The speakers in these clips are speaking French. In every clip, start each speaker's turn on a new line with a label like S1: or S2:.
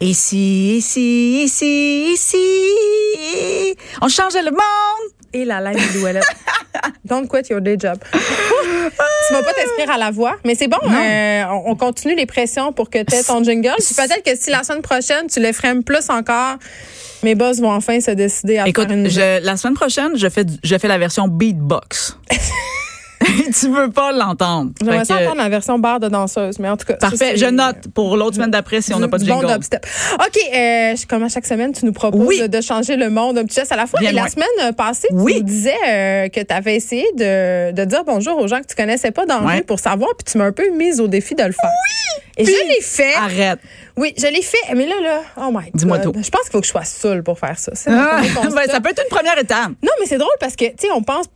S1: Ici, ici, ici, ici. On change le monde.
S2: Et la live de Douala. Don't quit your day job. tu vas pas t'inscrire à la voix, mais c'est bon. euh, on on continue les pressions pour que tu aies ton jingle. Puis peut-être que si la semaine prochaine, tu le frames plus encore, mes boss vont enfin se décider à te
S1: Écoute,
S2: faire une
S1: je, la semaine prochaine, je fais, du- je fais la version beatbox. tu veux pas l'entendre.
S2: J'aimerais
S1: Fait
S2: ça
S1: que-
S2: entendre la version barre de danseuse, mais en tout cas. ça,
S1: Parfait,
S2: c'est-
S1: je note pour l'autre semaine d'après si on n'a pas de
S2: du bon
S1: jingle.
S2: dubstep. OK, euh, je- comme à chaque semaine, tu nous proposes
S1: Oui.
S2: de, de changer le monde un petit geste à la fois.
S1: Bien
S2: Et la
S1: loin.
S2: semaine euh, passée,
S1: Oui.
S2: tu nous disais euh, que tu avais essayé de, de dire bonjour aux gens que tu connaissais pas dans la
S1: Ouais.
S2: rue pour savoir, puis tu m'as un peu mise au défi de le faire. Oui! Et je l'ai fait.
S1: Arrête.
S2: Oui, je l'ai fait. Mais là, là, oh my God.
S1: Dis-moi tout.
S2: Je pense qu'il faut que je sois seule pour faire ça. C'est
S1: Ah,
S2: mon premier constat.
S1: ben, ça peut être une première étape.
S2: Non, mais c'est drôle parce que, tu sais, on pense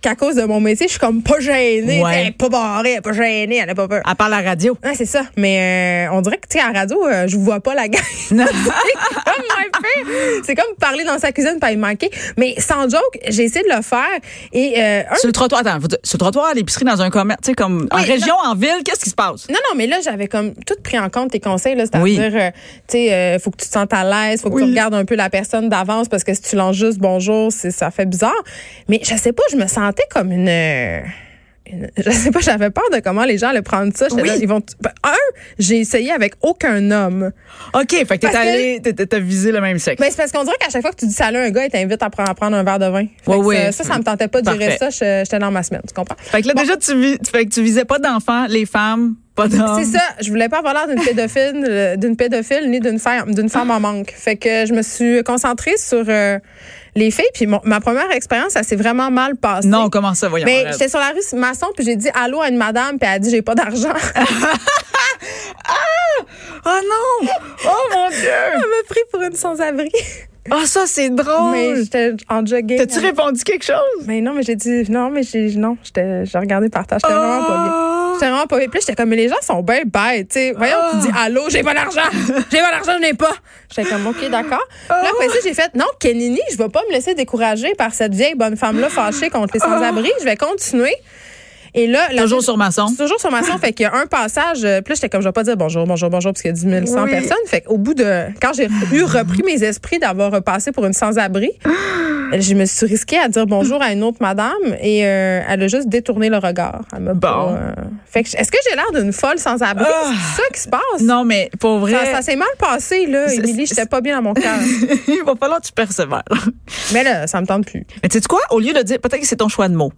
S2: qu'à cause de mon métier, je suis comme pas gênée.
S1: Ouais.
S2: Tu sais, Elle est pas barrée, elle est pas gênée, elle n'a pas peur.
S1: À part la radio.
S2: Ouais, c'est ça. Mais euh, on dirait que, tu sais, à la radio, euh, je vois pas la gang.
S1: Non.
S2: C'est comme un peu- c'est comme parler dans sa cuisine pas y manquer. Mais sans joke, j'ai essayé de le faire. Et euh, un-
S1: Sur le trottoir, attends, faut dire, sur le trottoir, à l'épicerie, dans un commerce, tu sais, comme en
S2: Oui,
S1: région, en ville, qu'est-ce qui se passe?
S2: Non, non, mais là, j'avais comme tout pris en compte tes conseils. là. C'est-à-dire,
S1: Oui.
S2: euh, tu sais, euh, faut que tu te sentes à l'aise, faut que tu regardes un peu la personne d'avance parce que si tu lances juste bonjour, c'est- ça fait bizarre. Mais je sais pas, je me sentais comme une. euh, une- Je sais pas, j'avais peur de comment les gens allaient prendre ça. J'étais
S1: Oui.
S2: là, ils vont Ben, un, j'ai essayé avec aucun homme.
S1: OK, fait que
S2: Parce
S1: t'es allé, t'es- t'es- t'as visé le même sexe.
S2: Mais c'est parce qu'on dirait qu'à chaque fois que tu dis salut à un gars, il t'invite à prendre, à prendre un verre de vin. Fait
S1: Ouais,
S2: que
S1: ouais.
S2: Ça, ça, ça me tentait pas de gérer
S1: Parfait.
S2: ça. Je- J'étais dans ma semaine, tu comprends?
S1: fait que là, déjà, tu, vis- fait que tu visais pas d'enfants, les femmes, pas d'hommes.
S2: C'est ça, je voulais pas avoir l'air d'une pédophile, euh, d'une pédophile ni d'une femme, d'une femme en manque. Fait que je me suis concentrée sur euh, les filles. Puis mon- ma première expérience, ça s'est vraiment mal passé.
S1: Non, comment ça, voyons.
S2: Mais
S1: arrête.
S2: j'étais sur la rue Masson, puis j'ai dit allô à une madame, puis elle a dit j'ai pas d'argent. elle
S1: Oh non! Oh mon Dieu!
S2: m'a pris pour une sans-abri. Ah, Oh.
S1: Oh, ça, c'est
S2: Mais
S1: drôle!
S2: j'étais en jogging.
S1: T'as-tu répondu quelque chose?
S2: Mais non, mais j'ai dit non, mais j'ai non, j'étais j'ai regardé par terre, j'étais vraiment pas bien.
S1: Oh!
S2: J'étais vraiment pas bien. Puis là, j'étais comme, mais les gens sont bien bêtes, tu sais. Voyons, tu dis, allô, j'ai pas d'argent. J'ai pas d'argent, je n'ai pas. J'étais comme, OK, d'accord. Puis Là, après ça, j'ai fait, non, Kenini, je vais pas me laisser décourager par cette vieille bonne femme-là fâchée contre les sans-abri. Je vais continuer. Et là, la-
S1: Toujours sur maçon.
S2: c'est toujours sur ma sonde. fait qu'il y a un passage. euh, Puis là, j'étais comme, je vais pas dire bonjour, bonjour, bonjour, parce qu'il y a 10 100
S1: Oui.
S2: personnes. Fait qu'au bout de. Quand j'ai eu repris mes esprits d'avoir repassé pour une sans-abri, je me suis risquée à dire bonjour à une autre madame et euh, elle a juste détourné le regard. Elle m'a
S1: Bon.
S2: pas, euh, Fait que, je- est-ce que j'ai l'air d'une folle sans-abri?
S1: Ah.
S2: C'est ça qui se passe?
S1: Non, mais pour vrai.
S2: Ça, ça s'est mal passé, là,
S1: C'est-
S2: Émilie. J'étais pas bien dans mon cœur.
S1: il va falloir que tu persévères.
S2: Mais là, ça me tente plus.
S1: Mais tu sais quoi? Au lieu de dire, peut-être que c'est ton choix de mots.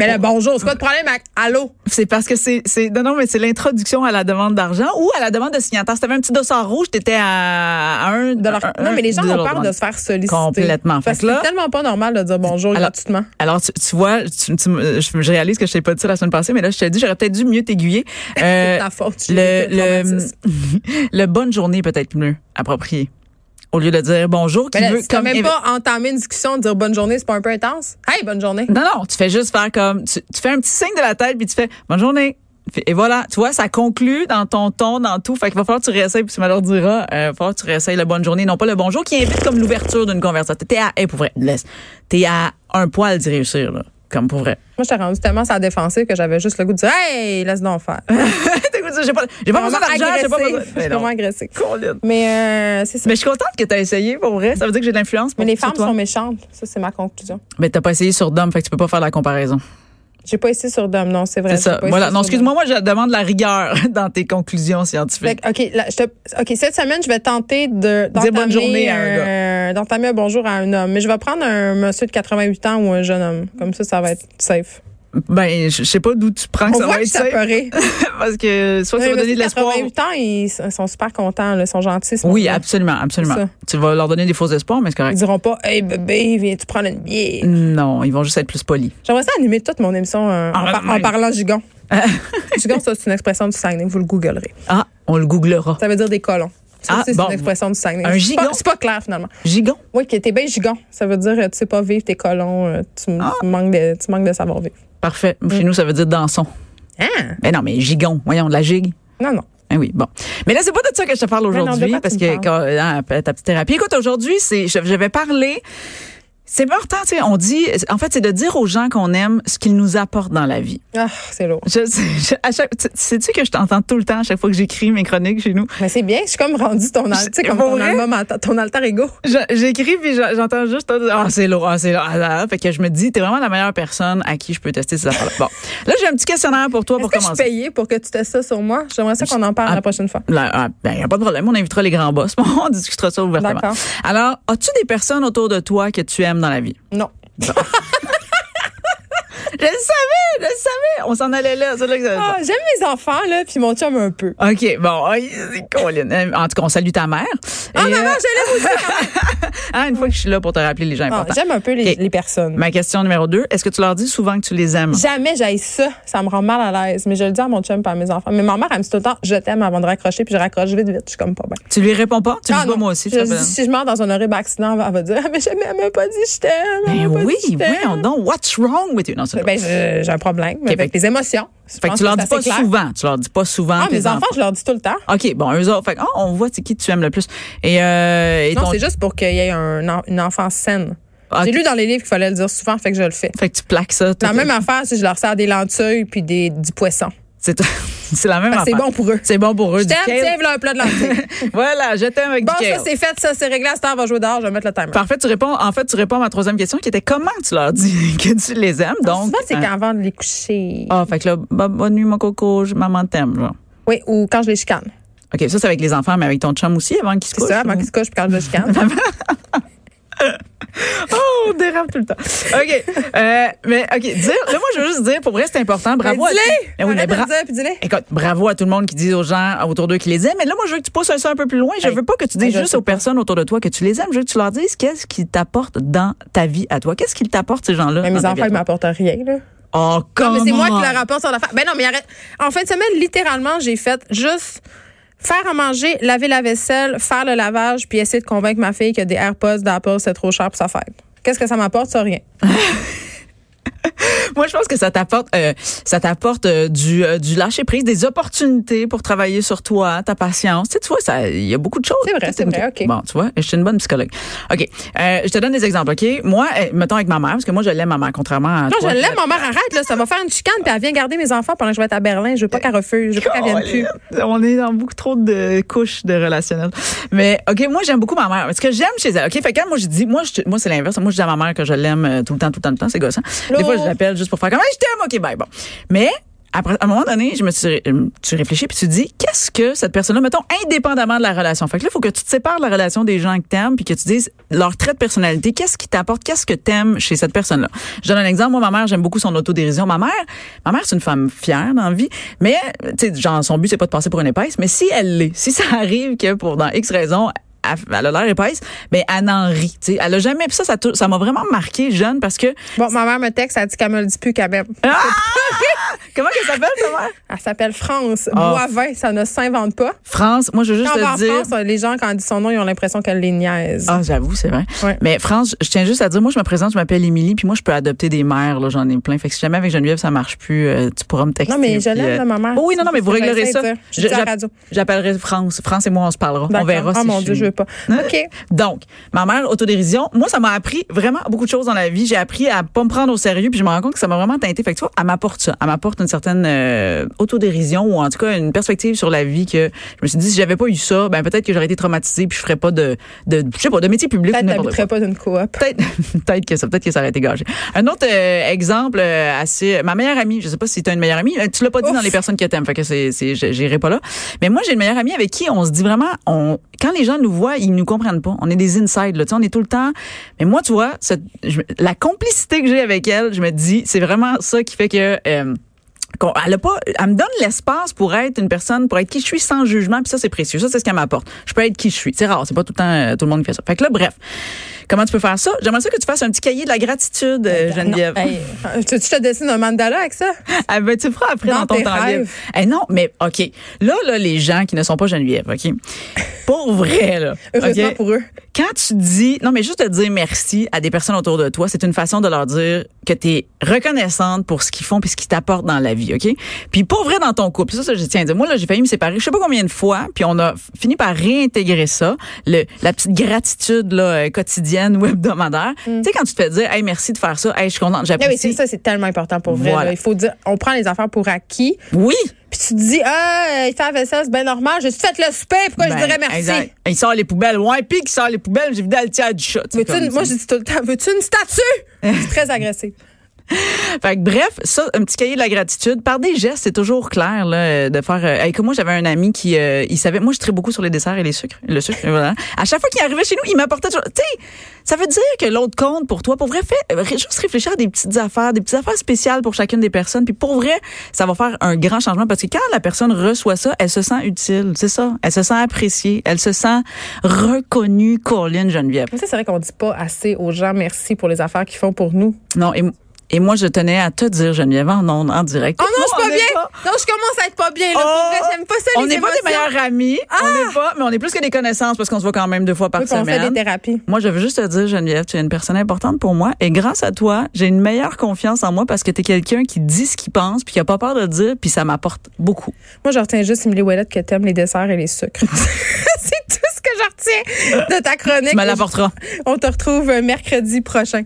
S2: Mais là, bonjour, c'est quoi le problème? avec Allô?
S1: C'est parce que c'est, c'est, non, non, mais c'est l'introduction à la demande d'argent ou à la demande de signataire. Si t'avais un petit dossard rouge, t'étais à, à un.
S2: De leur...
S1: un-
S2: non, mais les gens
S1: Euh, de
S2: ont
S1: leur
S2: peur
S1: demande.
S2: de se faire solliciter.
S1: Complètement.
S2: Parce
S1: Fait
S2: que
S1: que
S2: c'est
S1: là-
S2: tellement pas normal de dire bonjour
S1: Alors-
S2: gratuitement.
S1: Alors, tu, tu vois, tu- tu me- je, je réalise que je t'ai pas dit ça la semaine passée, mais là, je te dis, j'aurais peut-être dû mieux t'aiguiller.
S2: C'est
S1: Euh,
S2: ta faute. j'ai
S1: le, hum,
S2: vécu un
S1: le,
S2: traumatisme.
S1: le bonne journée est peut-être mieux approprié. Au lieu de dire bonjour, qui
S2: Mais Ben là,
S1: veut
S2: tu peux
S1: comme
S2: même pas entamer une discussion, dire bonne journée, c'est pas un peu intense? Hey, bonne journée.
S1: Non, non, tu fais juste faire comme. Tu, tu fais un petit signe de la tête, puis tu fais bonne journée. Puis- Et voilà, tu vois, ça conclut dans ton ton, dans tout. Fait qu'il va falloir que tu réessayes, puis tu me leur diras, euh, va falloir que tu réessayes le bonne journée, non pas le bonjour, qui invite comme l'ouverture d'une conversation. T'es à, hey, pour vrai, laisse. T'es à un poil d'y réussir, là. Comme pour vrai.
S2: Moi, j'étais rendue tellement sur la défensive que j'avais juste le goût de dire Hey, laisse donc faire.
S1: T'as goûté ça, j'ai pas, j'ai pas
S2: Vraiment
S1: besoin d'argent, j'ai pas besoin.
S2: agressif. Je
S1: Mais,
S2: suis
S1: non.
S2: vraiment agressif.
S1: Colin.
S2: Mais euh, c'est ça.
S1: Mais je suis contente que t'as essayé, pour vrai. Ça veut dire que j'ai de l'influence.
S2: Mais
S1: pour-
S2: les
S1: sur
S2: femmes
S1: toi.
S2: sont méchantes. Ça, c'est ma conclusion.
S1: Mais t'as pas essayé sur Dom, fait que tu peux pas faire la comparaison.
S2: J'ai pas essayé sur Dom, non, c'est
S1: C'est
S2: vrai. j'ai
S1: ça.
S2: pas
S1: Voilà. Non,
S2: essayé sur Dom.
S1: excuse-moi, moi, je demande la rigueur dans tes conclusions scientifiques.
S2: Fait que, OK, là, je te- OK, cette semaine, je vais tenter de
S1: Dire bonne
S2: d'entamer,
S1: journée à un
S2: euh, d'entamer un bonjour à un homme. Mais je vais prendre un monsieur de 88 ans ou un jeune homme. Comme ça, ça va être safe.
S1: Ben, je je sais pas d'où tu prends que
S2: On
S1: ça
S2: voit
S1: va
S2: que
S1: être
S2: je suis
S1: ça.
S2: apeurée.
S1: Parce que soit ça
S2: Les
S1: va donner
S2: monsieur
S1: de l'espoir.
S2: 88 ans, ils s- ils sont super contents, là, ils sont gentils. ce
S1: Oui,
S2: monde-là.
S1: absolument,
S2: C'est
S1: absolument.
S2: ça.
S1: Tu vas leur donner des faux espoirs, mais c'est
S2: Ils
S1: correct.
S2: diront pas Hey bébé, viens-tu prendre une bière?
S1: Non, ils vont juste être plus polis.
S2: J'aimerais ça animer toute mon émission euh, en,
S1: Ah,
S2: par-
S1: même.
S2: en parlant gigon. gigon, ça, c'est une expression du Saguenay, vous le googlerez.
S1: Ah, on le googlera.
S2: Ça veut dire des colons. Ça
S1: Ah,
S2: aussi, c'est
S1: bon.
S2: une expression du Saguenay.
S1: Un
S2: C'est pas-
S1: gigon?
S2: C'est pas clair, finalement.
S1: Gigon.
S2: Oui, que t'es bien gigon. Ça veut dire, euh, tu sais pas vivre, t'es colon, euh, tu,
S1: Ah.
S2: m- tu manques de, tu manques de savoir-vivre.
S1: Parfait.
S2: Mm.
S1: Chez nous, ça veut dire danson.
S2: Hein?
S1: Mais non, mais gigon. Voyons, de la gigue.
S2: Non, non.
S1: Ah oui, bon. Mais là, c'est pas de ça que je te parle
S2: non, de
S1: aujourd'hui,
S2: quoi tu
S1: parce
S2: me
S1: que hein,
S2: parles?
S1: quand- ah, ta petite thérapie. Écoute, aujourd'hui, c'est, je, je vais parler. C'est important, tu sais, on dit, en fait, c'est de dire aux gens qu'on aime ce qu'ils nous apportent dans la vie.
S2: Ah, c'est lourd.
S1: Je, je- à chaque, tu- sais-tu que je t'entends tout le temps à chaque fois que j'écris mes chroniques chez nous?
S2: Mais c'est bien, je suis comme rendu ton, al- tu sais, comme
S1: Pour
S2: ton,
S1: vrai?
S2: album alta- ton alter ego.
S1: Je- J'écris puis je- j'entends juste toi dire, ah c'est lourd, ah c'est lourd, ah, là, là. fait que je me dis t'es vraiment la meilleure personne à qui je peux tester ces affaires-là. Bon, là j'ai un petit questionnaire pour toi
S2: Est-ce
S1: pour
S2: que je suis
S1: commencer.
S2: payée pour que tu testes ça sur moi? J'aimerais ça qu'on en parle
S1: Ah.
S2: la prochaine fois.
S1: Là, ah, ben, y a pas de problème, on invitera les grands boss, on discutera ça ouvertement.
S2: D'accord.
S1: Alors, as-tu des personnes autour de toi que tu aimes dans la vie
S2: Non.
S1: Je le savais, je le savais, on s'en allait là, c'est là que ça-
S2: Ah, j'aime mes enfants, là, puis mon chum un peu.
S1: OK, bon, ah, c'est Colin. Euh, En tout cas, on salue ta mère.
S2: Ah,
S1: Et,
S2: maman, je
S1: euh,
S2: l'aime aussi.
S1: ah, une fois que je suis là pour te rappeler les gens
S2: Ah,
S1: importants.
S2: j'aime un peu les,
S1: Ok.
S2: les personnes.
S1: Ma question numéro deux, est-ce que tu leur dis souvent que tu les aimes?
S2: Jamais j'aille ça, ça me rend mal à l'aise. Mais je le dis à mon chum pas à mes enfants. Mais ma mère, elle me dit tout le temps, je t'aime avant de raccrocher, puis je raccroche vite, vite. Je suis comme pas bien.
S1: Tu lui réponds pas? Tu
S2: Ah,
S1: le vois
S2: non.
S1: moi aussi?
S2: Je
S1: ça
S2: dis,
S1: peut-
S2: si je meurs dans un horrible accident, elle va dire, ah, mais jamais, elle m'a pas dit je t'aime. elle
S1: Ben
S2: m'a pas
S1: oui,
S2: dit, je t'aime.
S1: voyons donc. What's wrong with you? Non, c'est pas-
S2: Ben, je- j'ai un problème
S1: fait
S2: avec
S1: que-
S2: les émotions. Je
S1: Fait que
S2: pense
S1: tu leur dis
S2: c'est
S1: pas
S2: assez clair.
S1: souvent. Tu leur dis pas souvent.
S2: Ah,
S1: tes
S2: mes enfants, je leur dis tout le temps.
S1: OK, bon, eux autres. Fait que, ah, on voit c'est qui tu aimes le plus. Et, euh, et
S2: Non,
S1: ton-
S2: c'est juste pour qu'il y ait un en- une enfance saine.
S1: Ah,
S2: J'ai lu dans les livres qu'il fallait le dire souvent, fait que je le fais.
S1: Fait que tu plaques ça. tout-
S2: La même affaire, si je leur sers des lentilles puis des, du poisson.
S1: C'est c'est la même
S2: Parce que Ah, c'est
S1: affaire.
S2: bon pour eux.
S1: C'est bon pour eux.
S2: Je
S1: du
S2: t'aime,
S1: kale.
S2: tiens, voilà un plat de lentilles.
S1: Voilà, je t'aime avec
S2: bon,
S1: du
S2: ça,
S1: kale.
S2: c'est fait, ça, c'est réglé. À cette heure, on va jouer dehors, je vais mettre le timer.
S1: Parfait, tu réponds. En fait, tu réponds à ma troisième question qui était comment tu leur dis que tu les aimes. Donc,
S2: Souvent, Ah, c'est
S1: euh,
S2: quand avant de les coucher.
S1: Ah, fait que là, bo- bonne nuit, mon coco, je- maman t'aime. genre.
S2: Oui, ou quand je les chicane.
S1: OK, ça, c'est avec les enfants, mais avec ton chum aussi avant qu'ils se
S2: C'est
S1: couchent.
S2: ça, avant qu'ils se couchent, puis quand je les chicane.
S1: Oh, on dérape tout le temps. OK. Euh, mais OK, dire, là, moi, je veux juste dire, pour vrai, c'est important. Bravo. à-
S2: Ben, dis-les!
S1: Ben oui, mais
S2: Arrête de
S1: bra-
S2: dire, puis dis-les.
S1: Écoute, bravo à tout le monde qui dit aux gens autour d'eux qu'ils les aiment. Mais là, moi, je veux que tu pousses ça un peu plus loin. Je
S2: Hey,
S1: veux pas que tu
S2: moi,
S1: dises
S2: je
S1: juste
S2: sais
S1: aux
S2: pas.
S1: personnes autour de toi que tu les aimes. Je veux que tu leur dises qu'est-ce qu'ils t'apportent dans ta vie à toi. Qu'est-ce qu'ils t'apportent, ces gens-là?
S2: Mais
S1: dans
S2: mes
S1: ta vie
S2: enfants,
S1: à
S2: ils
S1: toi?
S2: m'apportent rien, là.
S1: Oh,
S2: Non,
S1: comment?
S2: mais c'est moi qui leur apporte sur la face. Ben non, mais arrête. En fin de semaine, littéralement, j'ai fait juste faire à manger, laver la vaisselle, faire le lavage, puis essayer de convaincre ma fille que des AirPods d'Apple, c'est trop cher pour sa fête. Qu'est-ce que ça m'apporte? Ça, rien.
S1: Moi, je pense que ça t'apporte, euh, ça t'apporte euh, du, euh, du lâcher prise, des opportunités pour travailler sur toi, ta patience. Tu, sais, tu vois, ça, il y a beaucoup de choses.
S2: C'est vrai, c'est vrai, OK.
S1: Bon, tu vois, je suis une bonne psychologue. Ok, euh, je te donne des exemples. Ok, moi, euh, mettons avec ma mère, parce que moi, je l'aime ma mère, contrairement à
S2: Non,
S1: toi.
S2: je l'aime, ma mère, arrête, là. Ça va faire une chicane, puis elle vient garder mes enfants pendant que je vais être à Berlin. Je veux pas qu'elle refuse. Je veux pas qu'elle vienne plus.
S1: On est dans beaucoup trop de couches de relationnel. Mais OK, moi j'aime beaucoup ma mère. Mais Ce que j'aime chez elle, OK, fait que quand moi je dis moi je- moi c'est l'inverse, moi je dis à ma mère que je l'aime euh, tout le temps tout le temps tout le temps, c'est gossant. Des fois je
S2: Lourd.
S1: l'appelle juste pour faire comme Hey, je t'aime, OK, bye bon. Mais après, à un moment donné, je me suis, ré- euh, tu réfléchis puis tu dis qu'est-ce que cette personne-là, mettons indépendamment de la relation. Fait que là, il faut que tu te sépares de la relation des gens que t'aimes puis que tu dises leur trait de personnalité, qu'est-ce qui t'apporte, qu'est-ce que t'aimes chez cette personne-là. Je donne un exemple. Moi, ma mère, j'aime beaucoup son autodérision. Ma mère, ma mère, c'est une femme fière dans la vie, mais tu sais, genre son but c'est pas de passer pour une épaisse, mais si elle l'est, si ça arrive que pour dans X raison elle elle a l'air épaisse, mais elle en rit. tu sais. Elle a jamais. Puis ça, ça tou- ça m'a vraiment marqué jeune parce que.
S2: Bon, ma mère me texte, elle dit qu'elle me le dit plus quand même.
S1: Ah! Comment qu'elle s'appelle, ta mère?
S2: Elle s'appelle France.
S1: Ah.
S2: Boivin, ça ne s'invente pas.
S1: France, moi, je veux juste
S2: Quand on va
S1: te
S2: en
S1: dire.
S2: France, les gens, quand ils disent son nom, ils ont l'impression qu'elle les niaise.
S1: Ah, j'avoue, c'est vrai.
S2: Ouais.
S1: Mais France, je tiens juste à dire, moi, je me présente, je m'appelle Émilie, puis moi, je peux adopter des mères, là, j'en ai plein. Fait que si jamais avec Geneviève, ça marche plus, euh, tu pourras me texter.
S2: Non, mais je
S1: puis,
S2: l'aime, là, ma mère.
S1: Oh oui, non, non, mais vous
S2: C'est
S1: réglerez
S2: bien
S1: ça.
S2: simple. Je dis à la
S1: j'app-
S2: radio.
S1: J'appellerai France. France et moi, on se parlera. On
S2: D'accord.
S1: verra
S2: Ah
S1: si
S2: mon
S1: je
S2: Dieu,
S1: suis-
S2: je veux pas. OK.
S1: Donc, ma mère, autodérision, moi, ça m'a appris vraiment beaucoup de choses dans la vie. J'ai appris à pas me prendre au sérieux, puis je me rends compte que ça m'a vraiment teinté. Fait que tu vois, elle m'apporte ça. Elle m'apporte une certaine euh, autodérision, ou en tout cas, une perspective sur la vie que je me suis dit, si j'avais pas eu ça, ben peut-être que j'aurais été traumatisée, puis je ferais pas de, de je sais pas, de métier public. ou
S2: Peut-être
S1: n'importe quoi.
S2: t'habiterais pas d'une coop.
S1: Peut-être, peut-être que ça, peut-être que ça aurait été gagé. Un autre euh, exemple euh, assez, ma meilleure amie, je sais pas si t'as une meilleure amie, euh, tu l'as pas dit
S2: Ouf.
S1: dans les personnes que t'aimes, fait que c'est, c'est, j'- j'irai pas là. Mais moi j'ai une meilleure amie avec qui on se dit vraiment, on, quand les gens nous voient, ils nous comprennent pas. On est des insides là, tu sais, on est tout le temps. Mais moi tu vois, cette- je- la complicité que j'ai avec elle, je me dis, c'est vraiment ça qui fait que. euh, qu'on- elle a pas, elle me donne l'espace pour être une personne, pour être qui je suis sans jugement, puis ça c'est précieux. Ça c'est ce qu'elle m'apporte. Je peux être qui je suis. C'est rare, c'est pas tout le temps euh, tout le monde qui fait ça. Fait que là, bref, comment tu peux faire ça J'aimerais ça que tu fasses un petit cahier de la gratitude, euh, Geneviève.
S2: Non, hey, tu, tu te dessines un mandala avec ça?
S1: Ah, ben, tu le feras après dans,
S2: Dans
S1: ton
S2: tes
S1: temps
S2: rêves.
S1: libre. Eh non, mais ok. Là, là, les gens qui ne sont pas Geneviève, ok. Pour vrai là.
S2: Heureusement
S1: ok?
S2: pour eux.
S1: quand tu dis, non, mais juste de dire merci à des personnes autour de toi, c'est une façon de leur dire que tu es reconnaissante pour ce qu'ils font puis ce qu'ils t'apportent dans la vie, OK? Puis pour vrai dans ton couple, ça, ça je tiens à dire. Moi, là, j'ai failli me séparer, je sais pas combien de fois, puis on a fini par réintégrer ça, le, la petite gratitude là, euh, quotidienne quotidienne ou hebdomadaire. Tu sais, quand tu te fais dire, hey, merci de faire ça, hey, je suis contente,
S2: Ah Mm. oui, c'est
S1: j'apprécie.
S2: ça, c'est tellement important pour vrai.
S1: Voilà.
S2: là. Il faut dire, on prend les affaires pour acquis.
S1: Oui.
S2: Puis tu te dis, ah, il fait la vaisselle, c'est bien normal. J'ai fait le souper, pourquoi
S1: Ben,
S2: je dirais merci?
S1: exact. Il sort les poubelles. Ouais, puis qui sort les poubelles, j'ai vidé le tiers du chat. C'est
S2: Veux-tu une-
S1: comme
S2: moi,
S1: ça.
S2: je dis tout le temps, veux-tu une statue? C'est très agressé.
S1: Fait que bref, ça, un petit cahier de la gratitude. Par des gestes, c'est toujours clair là, euh, de faire. euh, hey, comme moi, j'avais un ami qui, euh, il savait. Moi, je très beaucoup sur les desserts et les sucres, le sucre. voilà. À chaque fois qu'il arrivait chez nous, il m'apportait. toujours- Tu sais, ça veut dire que l'autre compte pour toi. Pour vrai, fais euh, juste réfléchir à des petites affaires, des petites affaires spéciales pour chacune des personnes. Puis pour vrai, ça va faire un grand changement parce que quand la personne reçoit ça, elle se sent utile. C'est ça. Elle se sent appréciée. Elle se sent reconnue. Colline Geneviève.
S2: Mais ça, c'est vrai qu'on dit pas assez aux gens merci pour les affaires qu'ils font pour nous.
S1: Non et et moi, je tenais à te dire, Geneviève, en, ondes, en direct.
S2: Oh non, je
S1: On
S2: suis pas
S1: n'est
S2: bien! Non, je commence à être pas bien, là.
S1: Oh!
S2: Pour vrai, j'aime pas ça,
S1: on
S2: les
S1: n'est pas des
S2: émotions. Ah!
S1: meilleurs amis, on n'est pas, mais on est plus que des connaissances parce qu'on se voit quand même deux fois par
S2: Oui, puis on fait des
S1: semaine.
S2: thérapies.
S1: Moi, je veux juste te dire, Geneviève, tu es une personne importante pour moi et grâce à toi, j'ai une meilleure confiance en moi parce que tu es quelqu'un qui dit ce qu'il pense puis qui a pas peur de le dire puis ça m'apporte beaucoup.
S2: Moi, je retiens juste, Emily Ouellet, que t'aimes les desserts et les sucres. c'est tout ce que je retiens de ta chronique.
S1: Tu me l'apporteras.
S2: On te retrouve mercredi prochain.